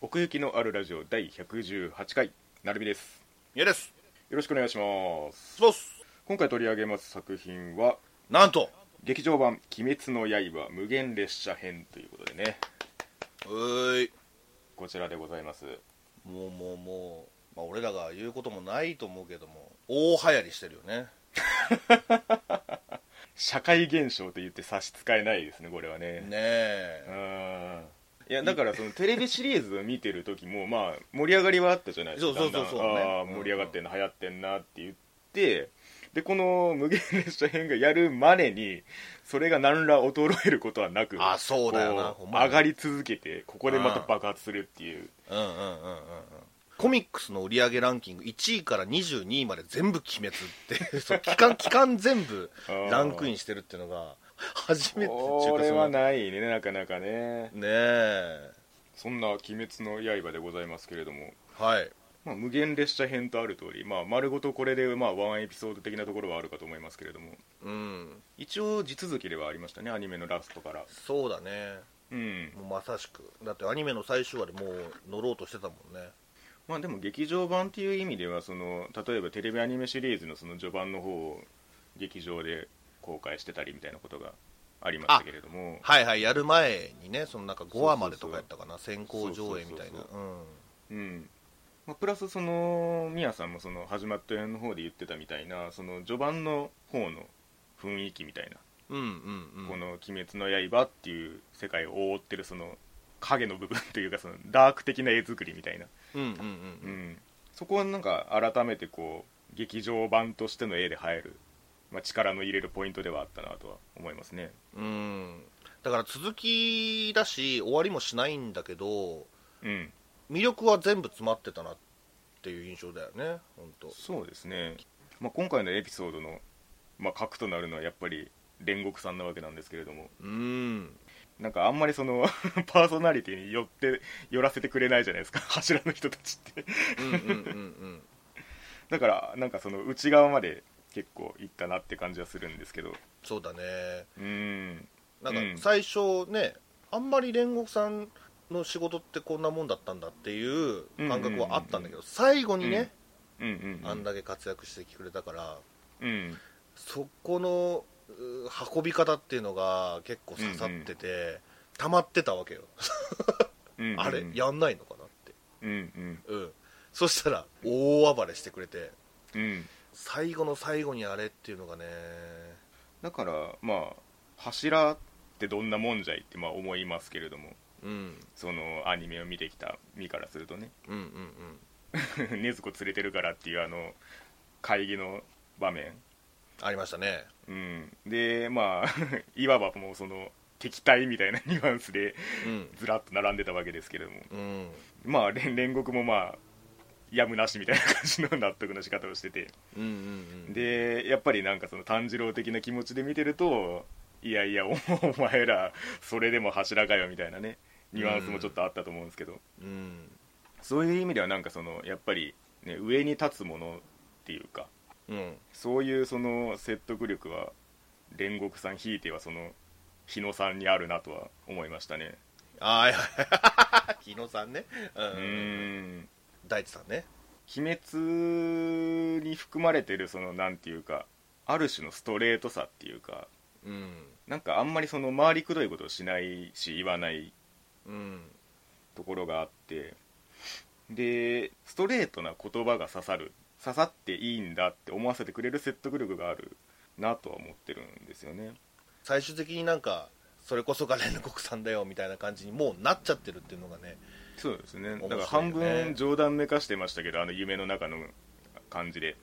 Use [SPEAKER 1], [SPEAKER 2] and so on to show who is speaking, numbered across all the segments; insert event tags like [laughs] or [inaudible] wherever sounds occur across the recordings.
[SPEAKER 1] 奥行きのあるラジオ第118回なるみです
[SPEAKER 2] いやです
[SPEAKER 1] よろしくお願いします
[SPEAKER 2] そうっす
[SPEAKER 1] 今回取り上げます作品は
[SPEAKER 2] なんと
[SPEAKER 1] 劇場版「鬼滅の刃無限列車編」ということでね
[SPEAKER 2] うーい
[SPEAKER 1] こちらでございます
[SPEAKER 2] もうもうもう、まあ、俺らが言うこともないと思うけども大流行りしてるよね
[SPEAKER 1] 社会現象と言って差し支えないですねこれはね
[SPEAKER 2] ね
[SPEAKER 1] う
[SPEAKER 2] え
[SPEAKER 1] んいやだからそのテレビシリーズを見てる時もまあ盛り上がりはあったじゃないですか
[SPEAKER 2] そうそうそうそう
[SPEAKER 1] だんだんああ
[SPEAKER 2] ね
[SPEAKER 1] 盛り上がってんな流行ってんなって言ってでこの無限列車編がやるまでにそれが何ら衰えることはなく
[SPEAKER 2] あそうだよな
[SPEAKER 1] こ
[SPEAKER 2] ほん
[SPEAKER 1] う
[SPEAKER 2] まに
[SPEAKER 1] 上がり続けてここでまた爆発するっていう
[SPEAKER 2] うんうんうんうんうんコミックスの売り上げランキング1位から22位まで全部鬼滅って [laughs] そう期間期間全部ランクインしてるっていうのが初めてっていう
[SPEAKER 1] こ
[SPEAKER 2] か
[SPEAKER 1] れ
[SPEAKER 2] そ
[SPEAKER 1] は
[SPEAKER 2] のね
[SPEAKER 1] ないねなかなかね
[SPEAKER 2] え
[SPEAKER 1] そんな「鬼滅の刃」でございますけれども
[SPEAKER 2] はい
[SPEAKER 1] まあ、無限列車編とある通り、まあ、丸ごとこれで、まあ、ワンエピソード的なところはあるかと思いますけれども
[SPEAKER 2] うん
[SPEAKER 1] 一応地続きではありましたねアニメのラストから
[SPEAKER 2] そうだね
[SPEAKER 1] うん
[SPEAKER 2] もうまさしくだってアニメの最終話でもう乗ろうとしてたもんね
[SPEAKER 1] まあでも劇場版っていう意味ではその例えばテレビアニメシリーズのその序盤の方を劇場で公開してたりみたいなことがありましたけれども
[SPEAKER 2] はいはいやる前にねそのなんか5話までとかやったかな先
[SPEAKER 1] そう
[SPEAKER 2] 行上映みたいな
[SPEAKER 1] そうそう
[SPEAKER 2] うん
[SPEAKER 1] うんまあ、プラスそのミヤさんもその始まった辺の方で言ってたみたいなその序盤の方の雰囲気みたいな
[SPEAKER 2] うんうんうん
[SPEAKER 1] この「鬼滅の刃」っていう世界を覆ってるその影の部分というかそのダーク的な絵作りみたいな、
[SPEAKER 2] うんうん
[SPEAKER 1] う
[SPEAKER 2] うんうん
[SPEAKER 1] ん、そこはなんか改めてこう劇場版としての絵で映える、まあ、力の入れるポイントではあったなとは思いますね
[SPEAKER 2] うんだから続きだし終わりもしないんだけど
[SPEAKER 1] うん
[SPEAKER 2] 魅力は全部詰まってたなっていう印象だよね本当
[SPEAKER 1] そうですね、まあ、今回のエピソードの、まあ、核となるのはやっぱり煉獄さんなわけなんですけれども
[SPEAKER 2] うん
[SPEAKER 1] なんかあんまりその [laughs] パーソナリティに寄って寄らせてくれないじゃないですか [laughs] 柱の人たちって
[SPEAKER 2] うんうんうん
[SPEAKER 1] だからなんかその内側まで結構いったなって感じはするんですけど
[SPEAKER 2] そうだね
[SPEAKER 1] うーん
[SPEAKER 2] なん
[SPEAKER 1] うん
[SPEAKER 2] か最初ね、あんまり煉獄さんの仕事ってこんなもんだったんだっていう感覚はあったんだけど、最後にね、
[SPEAKER 1] うんうんうん
[SPEAKER 2] あんだけ活躍してくれたから
[SPEAKER 1] うん
[SPEAKER 2] そこのうー運び方っていうのが結構刺さってて、溜まってたわけよ、
[SPEAKER 1] うんうん
[SPEAKER 2] あれやんないのかなって
[SPEAKER 1] うんうん
[SPEAKER 2] うんそしたら大暴れしてくれて
[SPEAKER 1] うん
[SPEAKER 2] 最後の最後にあれっていうのがね
[SPEAKER 1] だからまあ柱ってどんなもんじゃいってまあ思いますけれども
[SPEAKER 2] うん
[SPEAKER 1] そのアニメを見てきた身からするとね [laughs]
[SPEAKER 2] うんうん
[SPEAKER 1] 禰豆子連れてるからっていうあの会議の場面
[SPEAKER 2] うんありましたね
[SPEAKER 1] うんでまあ [laughs] いわばもうその敵対みたいなニュアンスで
[SPEAKER 2] うん
[SPEAKER 1] ずらっと並んでたわけですけれども
[SPEAKER 2] うん
[SPEAKER 1] まあ煉煉獄もまあやむなしみたいな感じの納得の仕方をしてて
[SPEAKER 2] うんうんうん
[SPEAKER 1] でやっぱりなんかその炭治郎的な気持ちで見てるといやいやお [laughs] お前らそれでも柱かよみたいなねニュアンスもちょっとあったと思うんですけど、
[SPEAKER 2] うん
[SPEAKER 1] そういう意味ではなんかそのやっぱり、ね、上に立つものっていうか
[SPEAKER 2] うん
[SPEAKER 1] そういうその説得力は煉獄さんひいてはその日野さんにあるなとは思いましたね
[SPEAKER 2] ああいや [laughs] 日野さんねう
[SPEAKER 1] うんん
[SPEAKER 2] 大地さんね
[SPEAKER 1] 鬼滅に含まれてるそのなんていうかある種のストレートさっていうか
[SPEAKER 2] うん
[SPEAKER 1] なんかあんまりその回りくどいことをしないし言わない
[SPEAKER 2] うん
[SPEAKER 1] ところがあってでストレートな言葉が刺さる刺さっていいんだって思わせてくれる説得力があるなとは思ってるんですよね
[SPEAKER 2] 最終的になんかそれこそが煉獄さんだよみたいな感じにもうなっちゃってるっていうのがね
[SPEAKER 1] そうですね
[SPEAKER 2] 面白いよね
[SPEAKER 1] だから半分冗談めかしてましたけどあの夢の中の感じで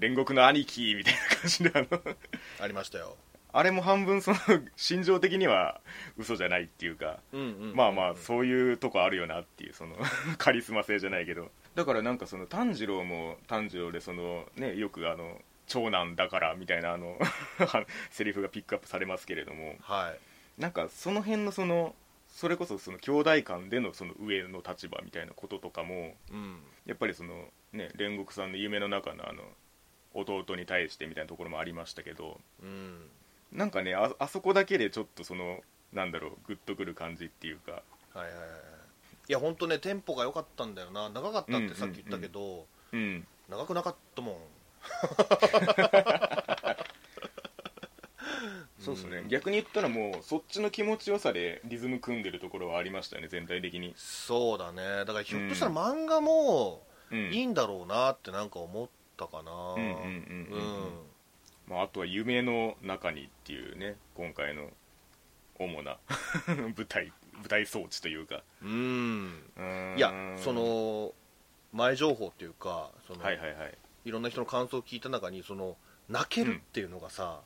[SPEAKER 1] 煉獄の兄貴みたいな感じであの
[SPEAKER 2] ありましたよ、
[SPEAKER 1] あれも半分その心情的には嘘じゃないっていうか、
[SPEAKER 2] うんうん
[SPEAKER 1] まあまあそういうとこあるよなっていうその [laughs] カリスマ性じゃないけどだからなんかその炭治郎も炭治郎でそのねよくあの長男だからみたいなあの [laughs] セリフがピックアップされますけれども
[SPEAKER 2] はい
[SPEAKER 1] なんかその辺のそのそれこそその兄弟間でのその上の立場みたいなこととかも
[SPEAKER 2] うん
[SPEAKER 1] やっぱりそのね煉獄さんの夢の中のあの弟に対してみたいなところもありましたけど
[SPEAKER 2] うん
[SPEAKER 1] なんかねああそこだけでちょっとそのなんだろうグッとくる感じっていうか
[SPEAKER 2] はいはいはいいや本当ねテンポが良かったんだよな長かったってさっき言ったけど、
[SPEAKER 1] うん
[SPEAKER 2] 長くなかったもん
[SPEAKER 1] そうですね、逆に言ったらもうそっちの気持ちよさでリズム組んでるところはありましたね全体的に、
[SPEAKER 2] そうだねだからひょっとしたら漫画も
[SPEAKER 1] うん、
[SPEAKER 2] いいんだろうなってなんか思ったかな
[SPEAKER 1] うんうんうんうんうんまあ、あとは「夢の中に」っていうね今回の主
[SPEAKER 2] [laughs]
[SPEAKER 1] な舞台舞台装置というか
[SPEAKER 2] うん
[SPEAKER 1] うーん
[SPEAKER 2] いやその前情報っていうかその、
[SPEAKER 1] はいいはいはい
[SPEAKER 2] ろんな人の感想を聞いた中にその泣けるっていうのがさ、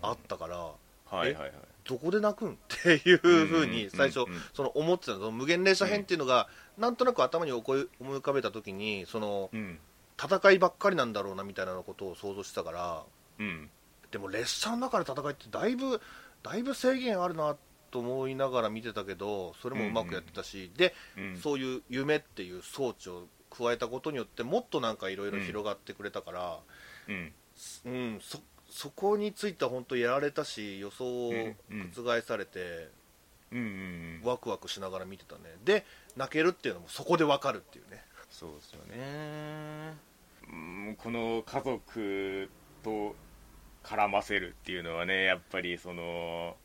[SPEAKER 2] あったから
[SPEAKER 1] はいはいはい
[SPEAKER 2] どこで泣くんっていうふうに最初、
[SPEAKER 1] うんうんうん
[SPEAKER 2] その思ってたのその無限列車編っていうのが、なんとなく頭に思い思い浮かべた時にその
[SPEAKER 1] うん
[SPEAKER 2] 戦いばっかりなんだろうなみたいなことを想像してたから
[SPEAKER 1] うん
[SPEAKER 2] でも列車の中で戦いってだいぶだいぶ制限あるなと思いながら見てたけどそれもうまくやってたし、で、
[SPEAKER 1] うん
[SPEAKER 2] そういう夢っていう装置を加えたことによってもっとなんかいろいろ広がってくれたから、
[SPEAKER 1] うん
[SPEAKER 2] うんそそこについては本当やられたし予想を覆されて、
[SPEAKER 1] うんうん
[SPEAKER 2] ワクワクしながら見てたねで泣けるっていうのもそこでわかるっていうね
[SPEAKER 1] そうですよねうんこの家族と絡ませるっていうのはねやっぱりその、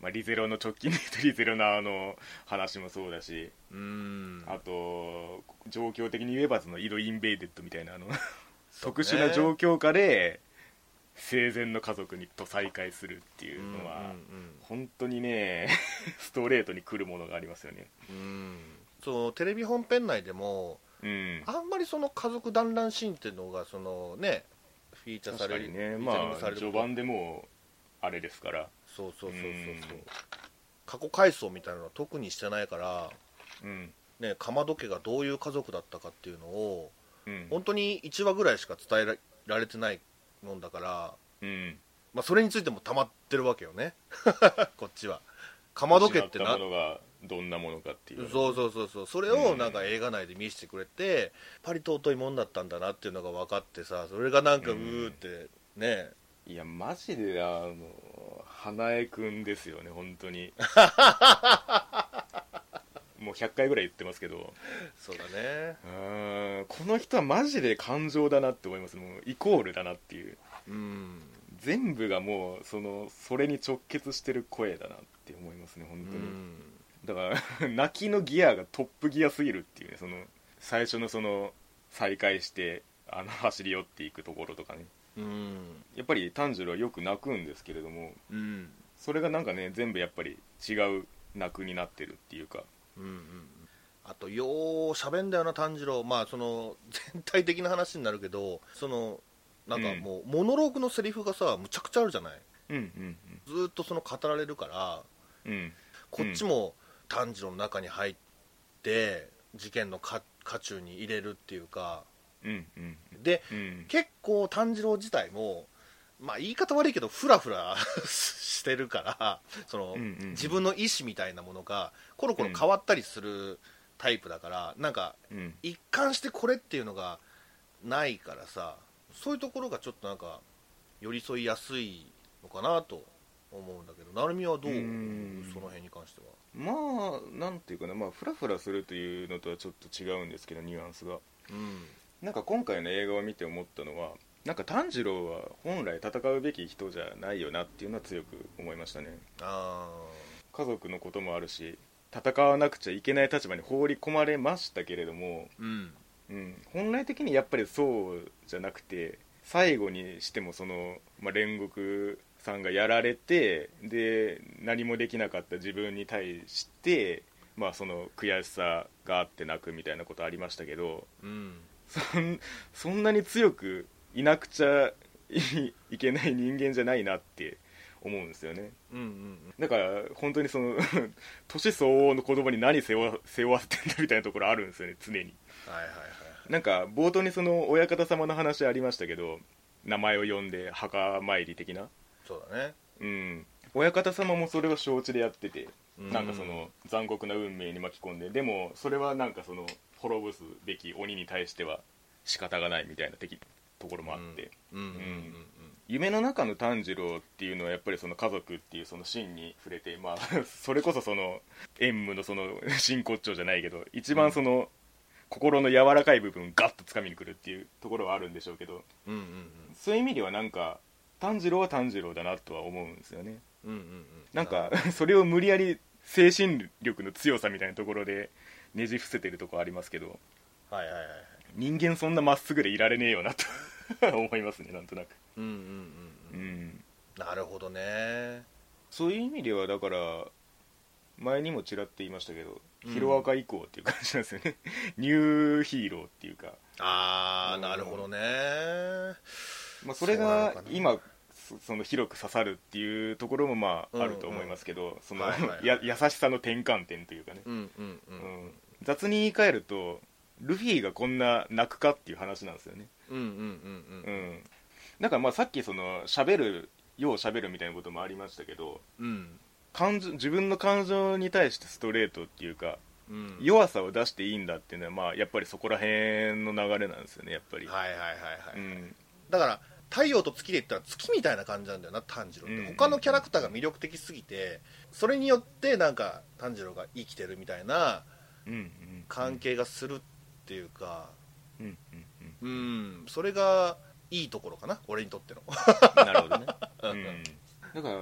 [SPEAKER 1] まあ、リゼロの直近で言うとリゼロのあの話もそうだし
[SPEAKER 2] うん
[SPEAKER 1] あと状況的に言えばその井戸インベイデッドみたいなあの、
[SPEAKER 2] そうね
[SPEAKER 1] 特殊な状況下で生前の家族にと再会するっていうのは、本当にね [laughs] ストレートに来るものがありますよね
[SPEAKER 2] うんうんうんそのテレビ本編内でも
[SPEAKER 1] うん
[SPEAKER 2] あんまりその家族団らんシーンっていうのがそのねフィーチャーさ
[SPEAKER 1] 確
[SPEAKER 2] れ
[SPEAKER 1] か
[SPEAKER 2] る
[SPEAKER 1] にね
[SPEAKER 2] フィーチャリン
[SPEAKER 1] ま
[SPEAKER 2] グさ
[SPEAKER 1] あ
[SPEAKER 2] れるこ
[SPEAKER 1] 序
[SPEAKER 2] と
[SPEAKER 1] 盤でもうあれですから
[SPEAKER 2] そうそうそうそうそう
[SPEAKER 1] うん
[SPEAKER 2] 過去回想みたいなのは特にしてないから
[SPEAKER 1] うん
[SPEAKER 2] ねかまど家がどういう家族だったかっていうのを
[SPEAKER 1] うん
[SPEAKER 2] 本当に1話ぐらいしか伝えらられてないもんだから、
[SPEAKER 1] うん
[SPEAKER 2] まあ、それについても溜まってるわけよね [laughs] こっちはかまど家っ
[SPEAKER 1] 失
[SPEAKER 2] てな
[SPEAKER 1] ったものがどんなものかっていう
[SPEAKER 2] そうそうそうそうそれをなんか映画内で見せてくれて、パリ尊いもんだったんだなっていうのが分かってさそれがなんかう
[SPEAKER 1] うん
[SPEAKER 2] ーってね
[SPEAKER 1] いやマジであの花江くんですよね本当
[SPEAKER 2] [laughs]
[SPEAKER 1] にもう100回ぐらい言ってますけど
[SPEAKER 2] そうだね
[SPEAKER 1] うーんこの人はマジで感情だなって思いますもうイコールだなっていう
[SPEAKER 2] うん
[SPEAKER 1] 全部がもうそのそれに直結してる声だなって思いますね本当に、
[SPEAKER 2] うん
[SPEAKER 1] だから泣きのギアがトップギアすぎるっていうねその最初のその再開してあの走り寄っていくところとかね
[SPEAKER 2] うん
[SPEAKER 1] やっぱり炭治郎はよく泣くんですけれども
[SPEAKER 2] うん
[SPEAKER 1] それがなんかね全部やっぱり違う泣くになってるっていうか
[SPEAKER 2] うんうんあとようしゃべんだよな炭治郎まあその [laughs] 全体的な話になるけどそのなんかもう、モノローグのセリフがさむちゃくちゃあるじゃない
[SPEAKER 1] うんうん
[SPEAKER 2] ずーっとその語られるから
[SPEAKER 1] うんうん
[SPEAKER 2] こっちも炭治郎の中に入って事件のか渦中に入れるっていうか
[SPEAKER 1] うんうん
[SPEAKER 2] で
[SPEAKER 1] うん
[SPEAKER 2] 結構炭治郎自体もまあ言い方悪いけどフラフラ [laughs] してるからその、
[SPEAKER 1] うんうんうん
[SPEAKER 2] 自分の意思みたいなものがコロコロ変わったりするタイプだから、なんか
[SPEAKER 1] うん
[SPEAKER 2] 一貫してこれっていうのがないからさそういうところがちょっとなんか寄り添いやすいのかなと思うんだけど成海はどう
[SPEAKER 1] うん
[SPEAKER 2] その辺に関しては
[SPEAKER 1] まあなんていうかなまあフラフラするというのとはちょっと違うんですけどニュアンスが
[SPEAKER 2] うん
[SPEAKER 1] なんか今回の映画を見て思ったのはなんか炭治郎は本来戦うべき人じゃないよなっていうのは強く思いましたね
[SPEAKER 2] あ
[SPEAKER 1] 家族のこともあるし戦わなくちゃいけない立場に放り込まれましたけれども、
[SPEAKER 2] ーうん
[SPEAKER 1] うん、本来的にやっぱりそうじゃなくて最後にしてもその、まあ、煉獄さんがやられてで何もできなかった自分に対して、まあ、その悔しさがあって泣くみたいなことありましたけど
[SPEAKER 2] うん
[SPEAKER 1] そんそんなに強くいなくちゃいいけない人間じゃないなって思うんですよね
[SPEAKER 2] うんうん
[SPEAKER 1] だから本当にその [laughs] 年相応の子供に何背負わ背負わせてんだみたいなところあるんですよね常に
[SPEAKER 2] はいはいはい
[SPEAKER 1] なんか冒頭にその親方様の話ありましたけど名前を呼んで墓参り的な
[SPEAKER 2] そうだね
[SPEAKER 1] うん親方様もそれは承知でやってて
[SPEAKER 2] うん
[SPEAKER 1] なんかその残酷な運命に巻き込んででもそれはなんかその滅ぼすべき鬼に対しては仕方がないみたいな的ところもあって、
[SPEAKER 2] うんうんうんう
[SPEAKER 1] う
[SPEAKER 2] ん
[SPEAKER 1] ん夢の中の炭治郎っていうのはやっぱりその家族っていうそのシーンに触れて、まあ、 [laughs] それこそその縁夢のその真骨頂じゃないけど一番その、心の柔らかい部分をガッと掴みにくるっていうところはあるんでしょうけど
[SPEAKER 2] うんうん
[SPEAKER 1] そういう意味ではなんか炭治郎は炭治郎だなとは思うんですよね
[SPEAKER 2] うんうんうんうん
[SPEAKER 1] なんかそれを無理やり精神力の強さみたいなところでねじ伏せてるとこありますけど
[SPEAKER 2] はいはいはい
[SPEAKER 1] 人間そんなまっすぐでいられねえよなと [laughs] 思いますねなんとなく
[SPEAKER 2] うんうんうん
[SPEAKER 1] う
[SPEAKER 2] うん
[SPEAKER 1] ん
[SPEAKER 2] なるほどね
[SPEAKER 1] そういう意味ではだから前にもちらっと言いましたけど「
[SPEAKER 2] うん
[SPEAKER 1] ヒロアカ以降」っていう感じなんですよね [laughs] ニューヒーローっていうか、
[SPEAKER 2] ああ
[SPEAKER 1] うん
[SPEAKER 2] なるほどね
[SPEAKER 1] まあ、それ
[SPEAKER 2] そうなの
[SPEAKER 1] が
[SPEAKER 2] かな
[SPEAKER 1] 今そその広く刺さるっていうところもま
[SPEAKER 2] うん
[SPEAKER 1] ああると思いますけど、その、
[SPEAKER 2] はいはいはい
[SPEAKER 1] や優しさの転換点というかね、
[SPEAKER 2] うんうんう
[SPEAKER 1] うん
[SPEAKER 2] ん
[SPEAKER 1] 雑に言い換えるとルフィがこんな泣くかっていう話なんですよね
[SPEAKER 2] うんうん
[SPEAKER 1] う
[SPEAKER 2] う
[SPEAKER 1] んんだからまあさっきその喋るよう喋るみたいなこともありましたけど
[SPEAKER 2] うんうん
[SPEAKER 1] 感情自分の感情に対してストレートっていうか
[SPEAKER 2] うん
[SPEAKER 1] 弱さを出していいんだっていうのは、まあ、やっぱりそこら辺の流れなんですよねやっぱり、
[SPEAKER 2] はいはいは
[SPEAKER 1] う
[SPEAKER 2] いはい
[SPEAKER 1] ん、
[SPEAKER 2] だから太陽と月で言ったら月みたいな感じなんだよな炭治郎っ
[SPEAKER 1] うんうんう
[SPEAKER 2] て
[SPEAKER 1] ん
[SPEAKER 2] 他のキャラクターが魅力的すぎてそれによってなんか炭治郎が生きてるみたいな
[SPEAKER 1] うんうん
[SPEAKER 2] 関係がするっていうか
[SPEAKER 1] うんうんうん
[SPEAKER 2] うんそれがいいところかな俺にとっての
[SPEAKER 1] なるほどね、
[SPEAKER 2] う
[SPEAKER 1] うんん、だから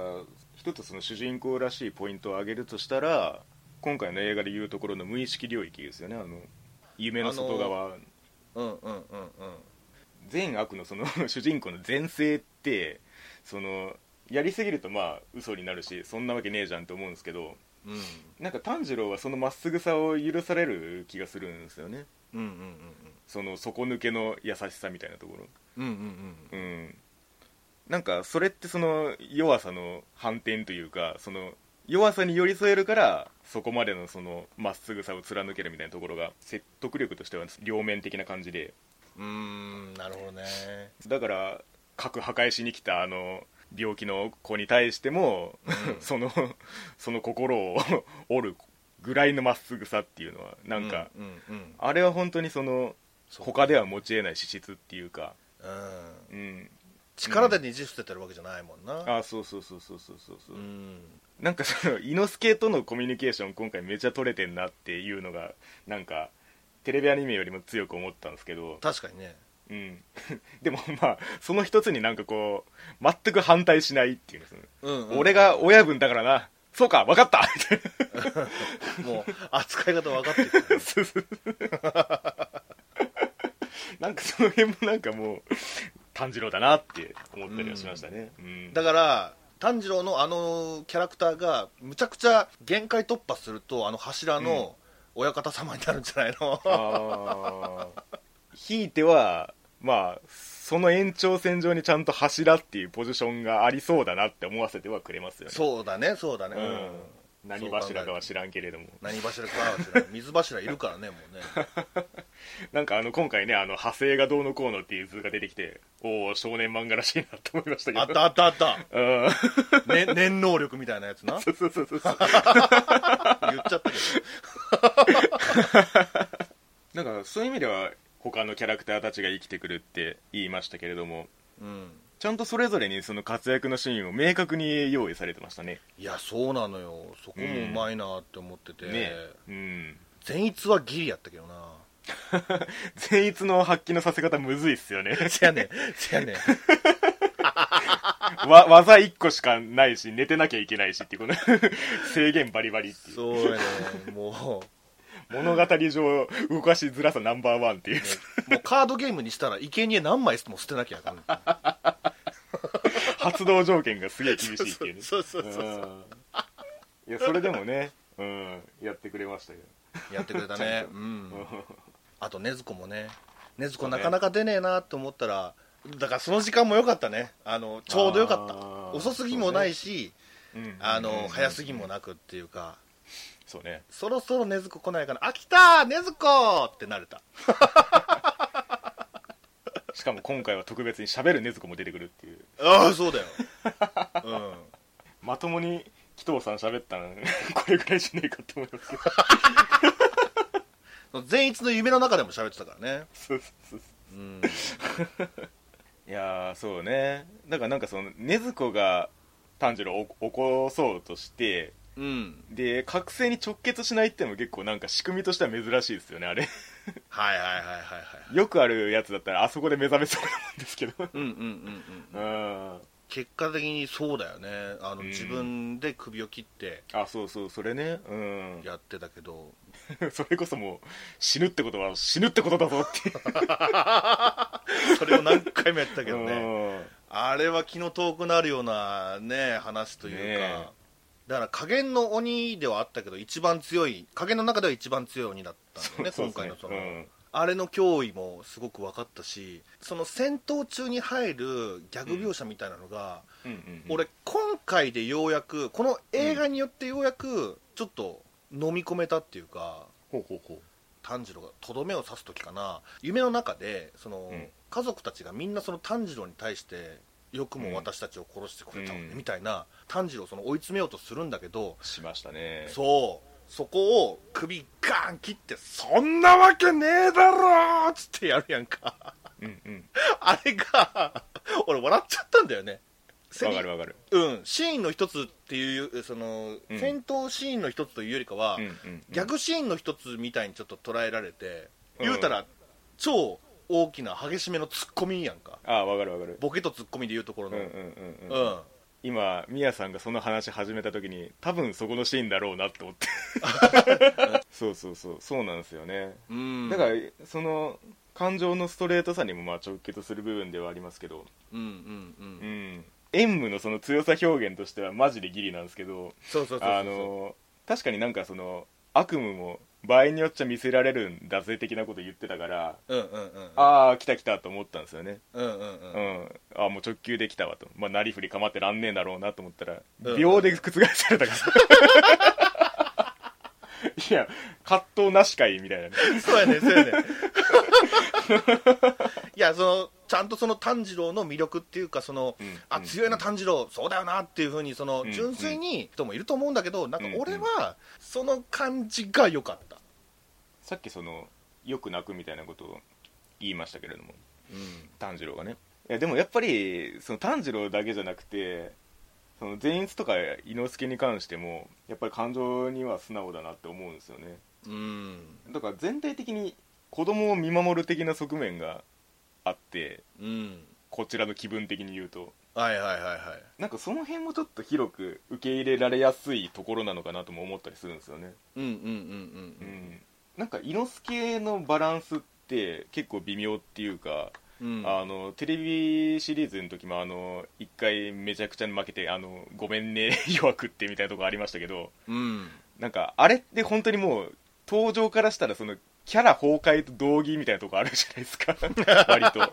[SPEAKER 1] 一つその主人公らしいポイントを挙げるとしたら今回の映画でいうところの無意識領域ですよねあの夢の外側、
[SPEAKER 2] うんうんうんうん
[SPEAKER 1] 善悪のそ [laughs] の主人公の前世ってそのやりすぎるとまあ嘘になるしそんなわけねえじゃんと思うんですけど
[SPEAKER 2] うん
[SPEAKER 1] なんか炭治郎はそのまっすぐさを許される気がするんですよね
[SPEAKER 2] うんうんうん
[SPEAKER 1] その底抜けの優しさみたいなところ
[SPEAKER 2] うんうんうん
[SPEAKER 1] うんなんかそれってその弱さの反転というかその弱さに寄り添えるからそこまでのそのまっすぐさを貫けるみたいなところが説得力としては両面的な感じで
[SPEAKER 2] うんうんなるほどね
[SPEAKER 1] だから核破壊しに来たあの病気の子に対しても、
[SPEAKER 2] うん
[SPEAKER 1] そのその心を折るぐらいのまっすぐさっていうのは [laughs] なんか、
[SPEAKER 2] うんうんうん
[SPEAKER 1] あれは本当にその
[SPEAKER 2] そう
[SPEAKER 1] 他では持ち得ない資質っていうか、
[SPEAKER 2] うん
[SPEAKER 1] うん、
[SPEAKER 2] 力でねじ伏せてるわけじゃないもんな
[SPEAKER 1] あそうそうそうそうそうそうそううんなんかその伊之助とのコミュニケーション今回めちゃ取れてんなっていうのがなんかテレビアニメよりも強く思ったんですけど、
[SPEAKER 2] 確かにね
[SPEAKER 1] うん、 [laughs] でもまあその一つになんかこう全く反対しないっていうのですね
[SPEAKER 2] うんうん
[SPEAKER 1] 俺が親分だからなそうか分かった [laughs] みたい
[SPEAKER 2] もう扱い方分かってる
[SPEAKER 1] なそうそうなんかその辺もなんかもう炭治郎だなって思ったりはしましたね、うん
[SPEAKER 2] だから炭治郎のあのキャラクターがむちゃくちゃ限界突破するとあの柱の親方様になるんじゃないの、
[SPEAKER 1] あーひいてはまあその延長線上にちゃんと柱っていうポジションがありそうだなって思わせてはくれますよね
[SPEAKER 2] [laughs] そうだねそうだね、
[SPEAKER 1] う
[SPEAKER 2] うん
[SPEAKER 1] ん、何柱かは知らんけれども
[SPEAKER 2] 何柱かは知らん水柱いるからねもうね [laughs]
[SPEAKER 1] なんかあの今回ねあの派生がどうのこうのっていう図が出てきておお少年漫画らしいなと思いましたけど
[SPEAKER 2] あったあったあった、
[SPEAKER 1] うん
[SPEAKER 2] ね、念能力みたいなやつな
[SPEAKER 1] そうそうそうそう
[SPEAKER 2] 言っちゃったけ
[SPEAKER 1] [laughs] なんかそういう意味では他のキャラクターたちが生きてくるって言いましたけれども
[SPEAKER 2] ど、うん、
[SPEAKER 1] ちゃんとそれぞれにその活躍のシーンを明確に用意されてましたね
[SPEAKER 2] いやそうなのよそこもうまいなって思ってて、
[SPEAKER 1] ねうん
[SPEAKER 2] 善逸はギリやったけどな
[SPEAKER 1] 善逸の発揮のさせ方むずいっすよね
[SPEAKER 2] せやねんせ [laughs] やねん
[SPEAKER 1] わ技1個しかないし寝てなきゃいけないしっていうこの制限バリバリっていう
[SPEAKER 2] そうやねんも
[SPEAKER 1] 物語上動かしづらさナンバーワンっていう
[SPEAKER 2] うもうカードゲームにしたら生贄何枚も捨てなきゃあかん
[SPEAKER 1] 発動条件がすげえ厳しいっていうね
[SPEAKER 2] そうそうそうそう
[SPEAKER 1] うんいやそれでもね、うん、やってくれましたけど
[SPEAKER 2] やってくれた
[SPEAKER 1] ちゃ
[SPEAKER 2] ね
[SPEAKER 1] ん、と
[SPEAKER 2] うん、
[SPEAKER 1] う
[SPEAKER 2] あと禰豆子もね禰豆
[SPEAKER 1] そ
[SPEAKER 2] 子
[SPEAKER 1] うね
[SPEAKER 2] なかなか出ねえなと思ったらだからその時間も良かったねあのちょうど良か
[SPEAKER 1] あー
[SPEAKER 2] った遅すぎもないし、
[SPEAKER 1] んうん
[SPEAKER 2] あの、
[SPEAKER 1] うん
[SPEAKER 2] 早すぎもなくっていうか
[SPEAKER 1] そうね
[SPEAKER 2] そろそろ禰豆子来ないかな「あ来た禰豆子!」ってなれた
[SPEAKER 1] しかも今回は特別に喋る禰豆子も出てくるっていう
[SPEAKER 2] ああそうだよ、
[SPEAKER 1] [laughs]
[SPEAKER 2] うん、
[SPEAKER 1] まともに紀藤さん喋ったのこれぐらいしねえかって思いますけど
[SPEAKER 2] その善逸の夢の中でも喋ってたからね
[SPEAKER 1] そうそうそう
[SPEAKER 2] うん
[SPEAKER 1] いやーそうねだからなんかその禰豆子が炭治郎を起こそうとして
[SPEAKER 2] うん
[SPEAKER 1] で覚醒に直結しないってのも結構なんか仕組みとしては珍しいですよねあれ
[SPEAKER 2] はいはいはいはいはい
[SPEAKER 1] [laughs] よくあるやつだったらあそこで目覚めそうなんですけど
[SPEAKER 2] うんうんうんうん、
[SPEAKER 1] [laughs] うんあ
[SPEAKER 2] 結果的にそうだよねあの、
[SPEAKER 1] うん
[SPEAKER 2] 自分で首を切って
[SPEAKER 1] そうそうそれねうん
[SPEAKER 2] やってたけど
[SPEAKER 1] [laughs] それこそもう死ぬってことは死ぬってことだぞっていう
[SPEAKER 2] それを何回もやったけど
[SPEAKER 1] [laughs]
[SPEAKER 2] ね、
[SPEAKER 1] うん
[SPEAKER 2] あれは気の遠くなるようなね話というか、
[SPEAKER 1] ねえ
[SPEAKER 2] だから加減の鬼ではあったけど一番強い加減の中では一番強い鬼だったんだよ
[SPEAKER 1] [laughs]
[SPEAKER 2] ね
[SPEAKER 1] そう
[SPEAKER 2] 今回の
[SPEAKER 1] そ
[SPEAKER 2] そうの、
[SPEAKER 1] ですね
[SPEAKER 2] あれの脅威もすごく分かったしその戦闘中に入るギャグ描写みたいなのが、
[SPEAKER 1] うんうんうん
[SPEAKER 2] 俺今回でようやくこの映画によってようやくちょっと飲み込めたっていうか、
[SPEAKER 1] ほうほうほう
[SPEAKER 2] 炭治郎がとどめを刺す時かな夢の中でその、
[SPEAKER 1] うん
[SPEAKER 2] 家族たちがみんなその炭治郎に対してよくも私たちを殺してくれたのね、
[SPEAKER 1] うん
[SPEAKER 2] みたいな炭治郎をその追い詰めようとするんだけど、
[SPEAKER 1] しましたね
[SPEAKER 2] そうそこを首ガーン切って「そんなわけねえだろ!」っつってやるやんか [laughs]
[SPEAKER 1] うんうん
[SPEAKER 2] あれが俺笑っちゃったんだよねセ
[SPEAKER 1] わ
[SPEAKER 2] リ
[SPEAKER 1] かるわかる
[SPEAKER 2] うん、シーンの一つっていうその、
[SPEAKER 1] うん
[SPEAKER 2] 戦闘シーンの一つというよりかは、
[SPEAKER 1] うんうん
[SPEAKER 2] ギャグシーンの一つみたいにちょっと捉えられて、
[SPEAKER 1] うん
[SPEAKER 2] 言うたら超大きな激しめのツッコミやんか
[SPEAKER 1] ああわかるわかる
[SPEAKER 2] ボケとツッコミで言うところ
[SPEAKER 1] うん
[SPEAKER 2] の
[SPEAKER 1] うん
[SPEAKER 2] う
[SPEAKER 1] うんうん
[SPEAKER 2] ん、
[SPEAKER 1] 今ミヤさんがその話始めた時に多分そこのシーンだろうなって思って
[SPEAKER 2] [laughs]
[SPEAKER 1] そうそうそうそうなんですよね
[SPEAKER 2] うん
[SPEAKER 1] だからその感情のストレートさにもまあ直結する部分ではありますけど
[SPEAKER 2] うんうんうん、
[SPEAKER 1] うん演武のその強さ表現としてはマジでギリなんですけど
[SPEAKER 2] そうそうそうそう
[SPEAKER 1] あの確かになんかその悪夢も場合によっちゃ見せられるんだぜ的なこと言ってたから
[SPEAKER 2] うんうんうん
[SPEAKER 1] ああ来た来たと思ったんですよね
[SPEAKER 2] うんうんう
[SPEAKER 1] う
[SPEAKER 2] ん
[SPEAKER 1] ん、あもう直球できたわと、まあ、なりふり構ってらんねえんだろうなと思ったら、
[SPEAKER 2] うん
[SPEAKER 1] 秒で覆されたからいや葛藤なしかいみたいなね
[SPEAKER 2] そうやねそう
[SPEAKER 1] [laughs]
[SPEAKER 2] やねいやそのちゃんとその炭治郎の魅力っていうかその、
[SPEAKER 1] うん
[SPEAKER 2] あ強いな炭治郎そうだよなっていうふうにその
[SPEAKER 1] うん
[SPEAKER 2] 純粋に人もいると思うんだけど、なんか俺
[SPEAKER 1] うん
[SPEAKER 2] はその感じが良かった、
[SPEAKER 1] さっきそのよく泣くみたいなことを言いましたけれども炭治郎がねいやでもやっぱりその炭治郎だけじゃなくてその善逸とか伊之助に関してもやっぱり感情には素直だなって思うんですよね
[SPEAKER 2] うん
[SPEAKER 1] だから全体的に子供を見守る的な側面があって
[SPEAKER 2] うん
[SPEAKER 1] こちらの気分的に言うと
[SPEAKER 2] はいはいはいはい
[SPEAKER 1] なんかその辺もちょっと広く受け入れられやすいところなのかなとも思ったりするんですよね
[SPEAKER 2] うんう
[SPEAKER 1] う
[SPEAKER 2] んうんうん
[SPEAKER 1] んなんか猪之助のバランスって結構微妙っていうか、
[SPEAKER 2] うんうん
[SPEAKER 1] あのテレビシリーズの時もあの一回めちゃくちゃに負けてあのごめんね [laughs] 弱くってみたいなとこありましたけど
[SPEAKER 2] うん
[SPEAKER 1] なんかあれって本当にもう登場からしたらそのキャラ崩壊と同義みたいなとこあるじゃないです
[SPEAKER 2] [laughs]
[SPEAKER 1] か割と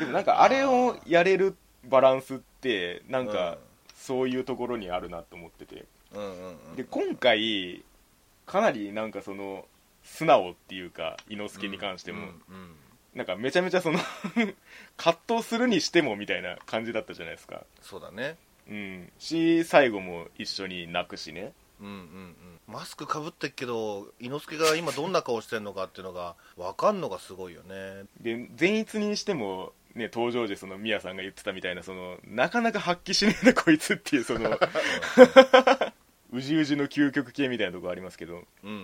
[SPEAKER 1] でもなんかあれをやれるバランスってなんかそういうところにあるなと思ってて
[SPEAKER 2] うんうんうん
[SPEAKER 1] で今回かなりなんかその素直っていうか伊之助に関しても、
[SPEAKER 2] うんうん
[SPEAKER 1] なんかめちゃめちゃその [laughs] 葛藤するにしてもみたいな感じだったじゃないですか
[SPEAKER 2] そうだね
[SPEAKER 1] うんし最後も一緒に泣くしね
[SPEAKER 2] うんうんうんマスクかぶってっけど伊之助が今どんな顔してんのかっていうのが分かんのがすごいよね
[SPEAKER 1] で善逸にしてもね登場時そのミヤさんが言ってたみたいなそのなかなか発揮しねえな [laughs] こいつっていうそのうじうじの究極系みたいなとこありますけど
[SPEAKER 2] うんうんう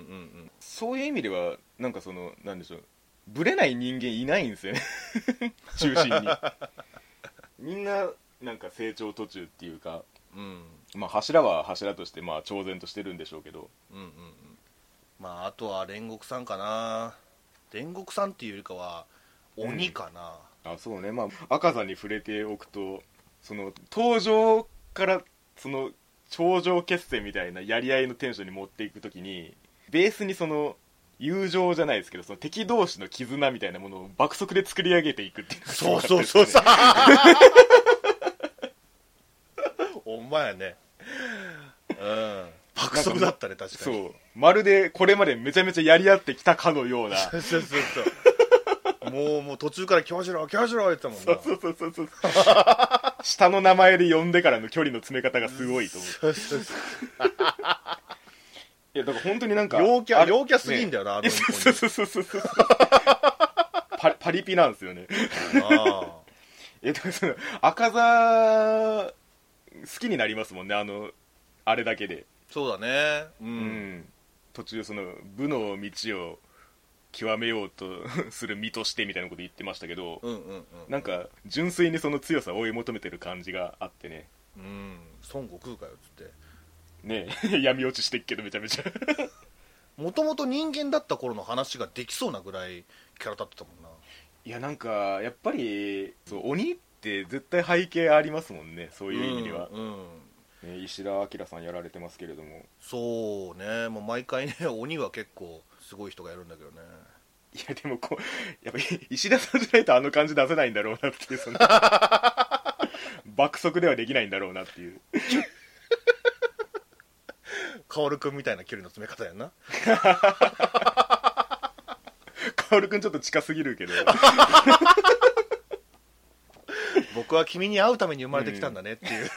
[SPEAKER 2] ん
[SPEAKER 1] そういう意味ではなんかそのなんでしょうぶれない人間いないんですよね [laughs] 中心にみんななんか成長途中っていうか、
[SPEAKER 2] うん
[SPEAKER 1] まあ、柱は柱としてまあ挑戦としてるんでしょうけど
[SPEAKER 2] うんうんうんまああとは煉獄さんかな煉獄さんっていうよりかは鬼かな、
[SPEAKER 1] あそうねまあ赤座に触れておくとその登場からその頂上決戦みたいなやり合いのテンションに持っていくときにベースにその友情じゃないですけどその敵同士の絆みたいなものを爆速で作り上げていくっていうのがすごか
[SPEAKER 2] そう
[SPEAKER 1] った
[SPEAKER 2] そう
[SPEAKER 1] です
[SPEAKER 2] そ
[SPEAKER 1] ね
[SPEAKER 2] うさお前やねうん爆速だったね確かに
[SPEAKER 1] そうまるでこれまでめちゃめちゃやり合ってきたかのような
[SPEAKER 2] そうそうそうそうもうもう途中から「京次郎京次郎」言ってたもんな
[SPEAKER 1] そうそうそうそうそう下の名前で呼んでからの距離の詰め方がすごいと思う
[SPEAKER 2] そうそうそう
[SPEAKER 1] いやだから本当になんか
[SPEAKER 2] 陽キャ
[SPEAKER 1] あれ
[SPEAKER 2] 陽キャすぎんだよな、あ
[SPEAKER 1] [laughs]
[SPEAKER 2] の
[SPEAKER 1] ねそうそうそうそうそうパリパリピなんですよね
[SPEAKER 2] [laughs] 子になあ
[SPEAKER 1] いやでもその赤座好きになりますもんねあのあれだけで
[SPEAKER 2] そうだねうん、
[SPEAKER 1] うん途中その部の道を極めようと [laughs] する身としてみたいなこと言ってましたけど、
[SPEAKER 2] うんうんうん
[SPEAKER 1] なんか純粋にその強さを追い求めてる感じがあってね
[SPEAKER 2] うん孫悟空かよっつって
[SPEAKER 1] ね [laughs] 闇落ちしてっけどめちゃめちゃ [laughs]
[SPEAKER 2] もともと人間だった頃の話ができそうなぐらいキャラ立ってたもんない
[SPEAKER 1] やなんかやっぱりそう鬼って絶対背景ありますもんねそう
[SPEAKER 2] と
[SPEAKER 1] いう意味では、
[SPEAKER 2] うん、うん
[SPEAKER 1] ね石田明さんやられてますけれども
[SPEAKER 2] そうねもう毎回ね鬼は結構すごい人がやるんだけどね
[SPEAKER 1] いやでもこうやっぱり石田さんじゃないとあの感じ出せないんだろうなっていう
[SPEAKER 2] [laughs]
[SPEAKER 1] その爆速ではできないんだろうなっていう
[SPEAKER 2] 薫君みたいな距離の詰め方やんな
[SPEAKER 1] 薫君ちょっと近すぎるけど
[SPEAKER 2] [laughs] 僕は君に会うために生まれてきたん [laughs] だねっていう、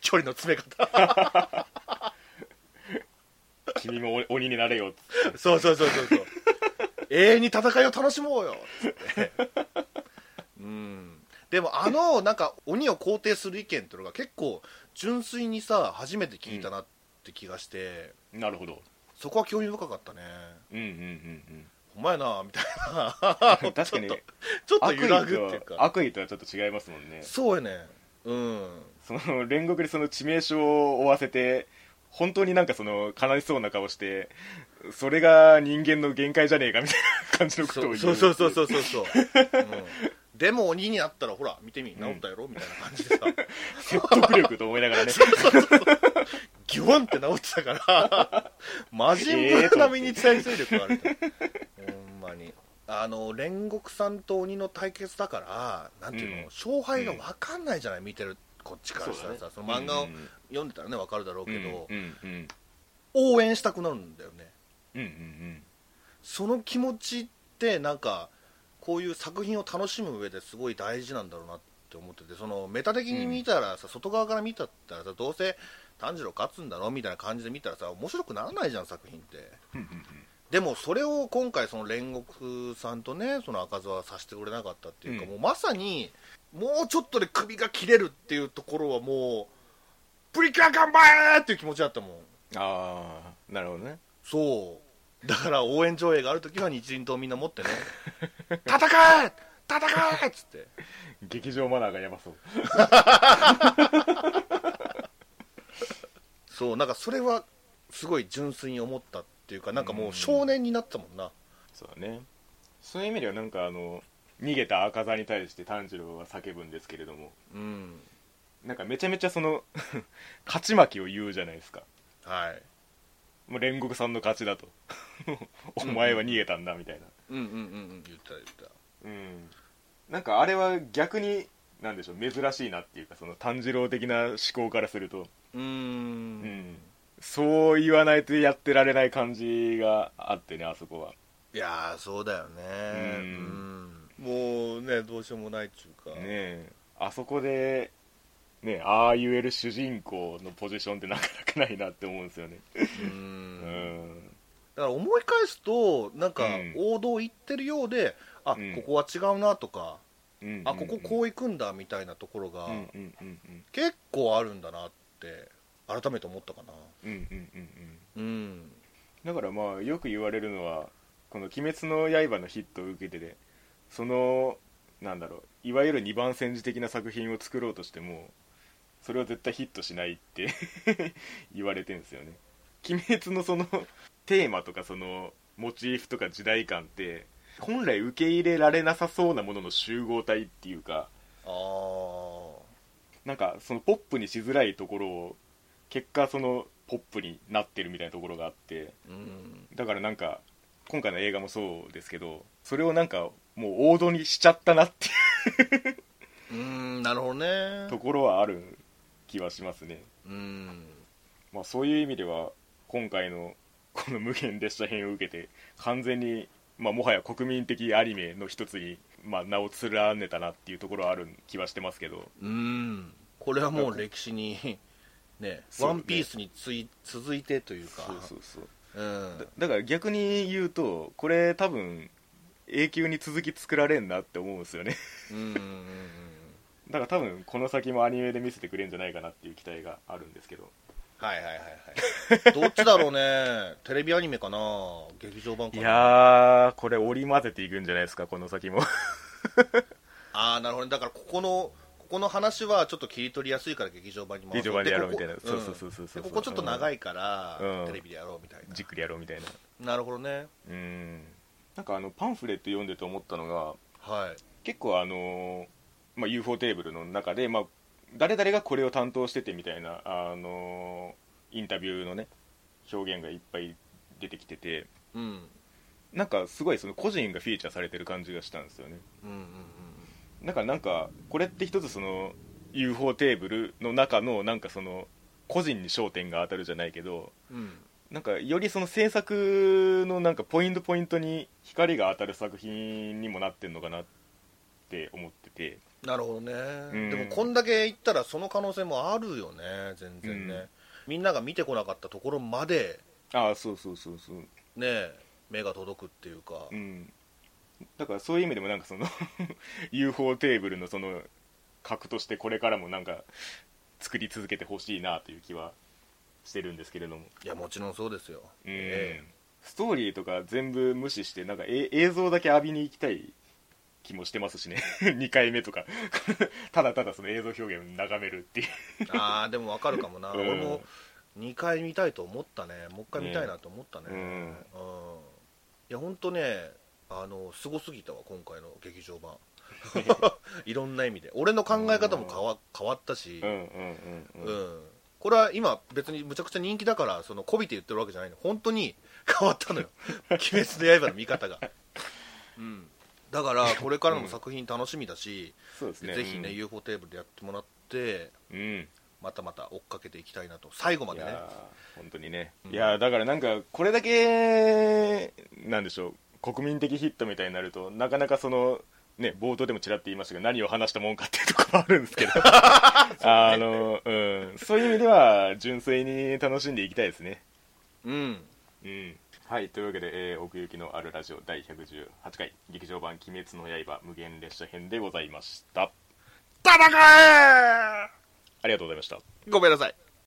[SPEAKER 2] 距離の詰め方
[SPEAKER 1] 君もお鬼になれよ
[SPEAKER 2] そうそうそうそうそう永遠に戦いを楽しもう [laughs] よつってうんでもあのなんか鬼を肯定する意見っていうのが結構純粋にさ初めて聞いたなって気がして、
[SPEAKER 1] なるほど
[SPEAKER 2] そこは興味深かったね
[SPEAKER 1] うんうんうん
[SPEAKER 2] お前なみたいな
[SPEAKER 1] うん確かに
[SPEAKER 2] ちょっとちょっと
[SPEAKER 1] 悪
[SPEAKER 2] 揺
[SPEAKER 1] 意
[SPEAKER 2] らぐっていう
[SPEAKER 1] と
[SPEAKER 2] か
[SPEAKER 1] 悪意とはちょっと違いますもんね
[SPEAKER 2] そうやねうん
[SPEAKER 1] その煉獄にその致命傷を負わせて本当になんかその悲しそうな顔してそれが人間の限界じゃねえかみたいな感じのことを言
[SPEAKER 2] そううそうそうそう
[SPEAKER 1] う
[SPEAKER 2] そうそうそう、うんでも鬼になったらほら見てみ治ったやろみたいな感じでさ
[SPEAKER 1] 説得力と思いながらね
[SPEAKER 2] ギュワンって治ってた
[SPEAKER 1] [laughs]
[SPEAKER 2] から、魔人ブー並みに耐性力があるから、ほんまに。あの煉獄さんと鬼の対決だから、なんていう
[SPEAKER 1] う
[SPEAKER 2] の、
[SPEAKER 1] ん
[SPEAKER 2] 勝敗が分かんないじゃない、見てるこっちからしたらさ、その漫画を
[SPEAKER 1] うんうん
[SPEAKER 2] 読んでたらね、分かるだろうけど、
[SPEAKER 1] うんうん
[SPEAKER 2] 応援したくなるんだよね、
[SPEAKER 1] うんうんうん
[SPEAKER 2] その気持ちって、なんか、こういう作品を楽しむ上ですごい大事なんだろうなって思ってて、そのメタ的に見たらさ、外側から見たったらさ、どうせ炭治郎勝つんだろみたいな感じで見たらさ、面白くならないじゃん、作品って。
[SPEAKER 1] うんうん
[SPEAKER 2] でもそれを今回、その煉獄さんとねその赤座はさせてくれなかったっていうか、
[SPEAKER 1] うん
[SPEAKER 2] もうまさにもうちょっとで首が切れるっていうところはもうプリキュア頑張れっていう気持ちだったもん
[SPEAKER 1] ああなるほどね
[SPEAKER 2] そうだから応援上映があるときは日輪刀みんな持って [laughs] ね戦え戦えっつって
[SPEAKER 1] 劇場マナーがやばそう
[SPEAKER 2] そうなんかそれはすごい純粋に思ったっていうかなんかもう少年になったもんな
[SPEAKER 1] そうだねそういう意味ではなんかあの逃げた赤座に対して炭治郎は叫ぶんですけれども
[SPEAKER 2] うん
[SPEAKER 1] なんかめちゃめちゃその [laughs] 勝ち負けを言うじゃないですか
[SPEAKER 2] はい
[SPEAKER 1] もう煉獄さんの勝ちだと [laughs] お前は逃げたんだみたいな
[SPEAKER 2] うんうんうんうん言った言った
[SPEAKER 1] うんなんかあれは逆になんでしょう珍しいなっていうかその炭治郎的な思考からすると、
[SPEAKER 2] う
[SPEAKER 1] う
[SPEAKER 2] ー
[SPEAKER 1] んん、そう言わないとやってられない感じがあってねあそこはい
[SPEAKER 2] やーそうだよね
[SPEAKER 1] うん
[SPEAKER 2] もうねどうしようもないっちゅうか
[SPEAKER 1] ねえあそこでねえああ言える主人公のポジションってなかなかないなって思うんですよね
[SPEAKER 2] う
[SPEAKER 1] うんん
[SPEAKER 2] だから思い返すとなんか
[SPEAKER 1] うん
[SPEAKER 2] 王道行ってるようで、あ
[SPEAKER 1] うん
[SPEAKER 2] ここは違うなとか、
[SPEAKER 1] うん
[SPEAKER 2] あこここう行くんだみたいなところが、
[SPEAKER 1] うんうんうんうん
[SPEAKER 2] 結構あるんだなって改めて思ったかな
[SPEAKER 1] うんうんうんうん
[SPEAKER 2] うん
[SPEAKER 1] だからまあよく言われるのはこの「鬼滅の刃」のヒットを受けてでそのなんだろういわゆる二番煎じ的な作品を作ろうとしてもそれは絶対ヒットしないって [laughs] 言われてるんですよね鬼滅のそのテーマとかそのモチーフとか時代感って本来受け入れられなさそうなものの集合体っていうか
[SPEAKER 2] あー
[SPEAKER 1] なんかそのポップにしづらいところを結果そのポップになってるみたいなところがあって
[SPEAKER 2] うん
[SPEAKER 1] だからなんか今回の映画もそうですけどそれをなんかもう王道にしちゃったなっていう
[SPEAKER 2] うんなるほどね
[SPEAKER 1] ところはある気はしますね、
[SPEAKER 2] うん
[SPEAKER 1] まあ、そういう意味では今回のこの無限列車編を受けて完全に、まあ、もはや国民的アニメの一つに、まあ、名を連ねたなっていうところはある気はしてますけど
[SPEAKER 2] うんこれはもう歴史に [laughs] ね「
[SPEAKER 1] そう
[SPEAKER 2] ワ
[SPEAKER 1] ね
[SPEAKER 2] ンピースについ続いてというか
[SPEAKER 1] うそう
[SPEAKER 2] うん
[SPEAKER 1] だだから逆に言うとこれ多分永久に続き作られんなって思うんですよね
[SPEAKER 2] うんうんうん
[SPEAKER 1] だから多分この先もアニメで見せてくれるんじゃないかなっていう期待があるんですけど
[SPEAKER 2] はいはいはい
[SPEAKER 1] [laughs]
[SPEAKER 2] はいどっちだろうねテレビアニメかな劇場版か
[SPEAKER 1] い
[SPEAKER 2] な
[SPEAKER 1] やーこれ織り交ぜていくんじゃないですかこの先も [laughs]
[SPEAKER 2] ああなるほどねだからここのここの話はちょっと切り取りやすいから劇場版に回そう
[SPEAKER 1] 劇場版でやろう
[SPEAKER 2] ここ
[SPEAKER 1] みたいなそうそうそうそうそうん
[SPEAKER 2] でここちょっと長いから、
[SPEAKER 1] うん
[SPEAKER 2] テレビでやろうみたいな
[SPEAKER 1] じっくりやろうみたいな
[SPEAKER 2] なるほどね
[SPEAKER 1] うんなんかあのパンフレット読んでて思ったのが
[SPEAKER 2] はい
[SPEAKER 1] 結構あのーまあ、UFO テーブルの中で、まあ、誰々がこれを担当しててみたいな、あのーインタビューのね表現がいっぱい出てきてて
[SPEAKER 2] うんうん
[SPEAKER 1] なんかすごいその個人がフィーチャーされてる感じがしたんですよね
[SPEAKER 2] うんうん
[SPEAKER 1] だからなんかこれって一つその UFO テーブルの中のなんかその個人に焦点が当たるじゃないけど
[SPEAKER 2] うんうん
[SPEAKER 1] なんかよりその制作のなんかポイントポイントに光が当たる作品にもなってんのかなって思ってて
[SPEAKER 2] なるほどね、
[SPEAKER 1] ん
[SPEAKER 2] でもこんだけ言ったらその可能性もあるよね全然ね、
[SPEAKER 1] うん
[SPEAKER 2] みんなが見てこなかったところまで
[SPEAKER 1] ああそうそうそうそう
[SPEAKER 2] ね目が届くっていうか、
[SPEAKER 1] うん、だからそういう意味でもなんかその [laughs] UFO テーブルのその核としてこれからもなんか作り続けてほしいなという気はしてるんですけれども、
[SPEAKER 2] いやもちろんそうですよ、
[SPEAKER 1] うん
[SPEAKER 2] え
[SPEAKER 1] ストーリーとか全部無視してなんかえ映像だけ浴びに行きたい気もしてますしね2 [laughs] 回目とか [laughs] ただただその映像表現を眺めるっていう
[SPEAKER 2] えああでもわかるかもな、
[SPEAKER 1] うん
[SPEAKER 2] 俺も2回見たいと思ったねもう1回見たいなと思ったね
[SPEAKER 1] うん
[SPEAKER 2] うんいやほんとねあのすごすぎたわ今回の劇
[SPEAKER 1] [laughs]
[SPEAKER 2] 場版いろんな意味で俺の考え方も変わ変わったし、
[SPEAKER 1] うんうんうんうん
[SPEAKER 2] うん、これは今別にむちゃくちゃ人気だからその媚びて言ってるわけじゃないの本当に変わったのよ
[SPEAKER 1] [laughs]
[SPEAKER 2] 「鬼滅の刃」の見方が、うん、だからこれからの作品楽しみだし、
[SPEAKER 1] そうですね
[SPEAKER 2] ぜひね、
[SPEAKER 1] うん
[SPEAKER 2] UFO テーブルでやってもらって
[SPEAKER 1] うん
[SPEAKER 2] またまた追っかけていきたいなと最後まで
[SPEAKER 1] い
[SPEAKER 2] ね
[SPEAKER 1] やー本当にね、
[SPEAKER 2] うん
[SPEAKER 1] いやーだからなんかこれだけなんでしょう国民的ヒットみたいになるとなかなかそのね冒頭でもちらっと言いましたけど何を話したもんかっていうところはあるんです [laughs] けどあの、うん、そういう意味では純粋に楽しんでいきたいですね
[SPEAKER 2] うん
[SPEAKER 1] うんはいというわけで、えー奥行きのあるラジオ第118回劇場版「鬼滅の刃無限列車編」でございました
[SPEAKER 2] 戦え
[SPEAKER 1] ありがとうございました
[SPEAKER 2] ごめんなさい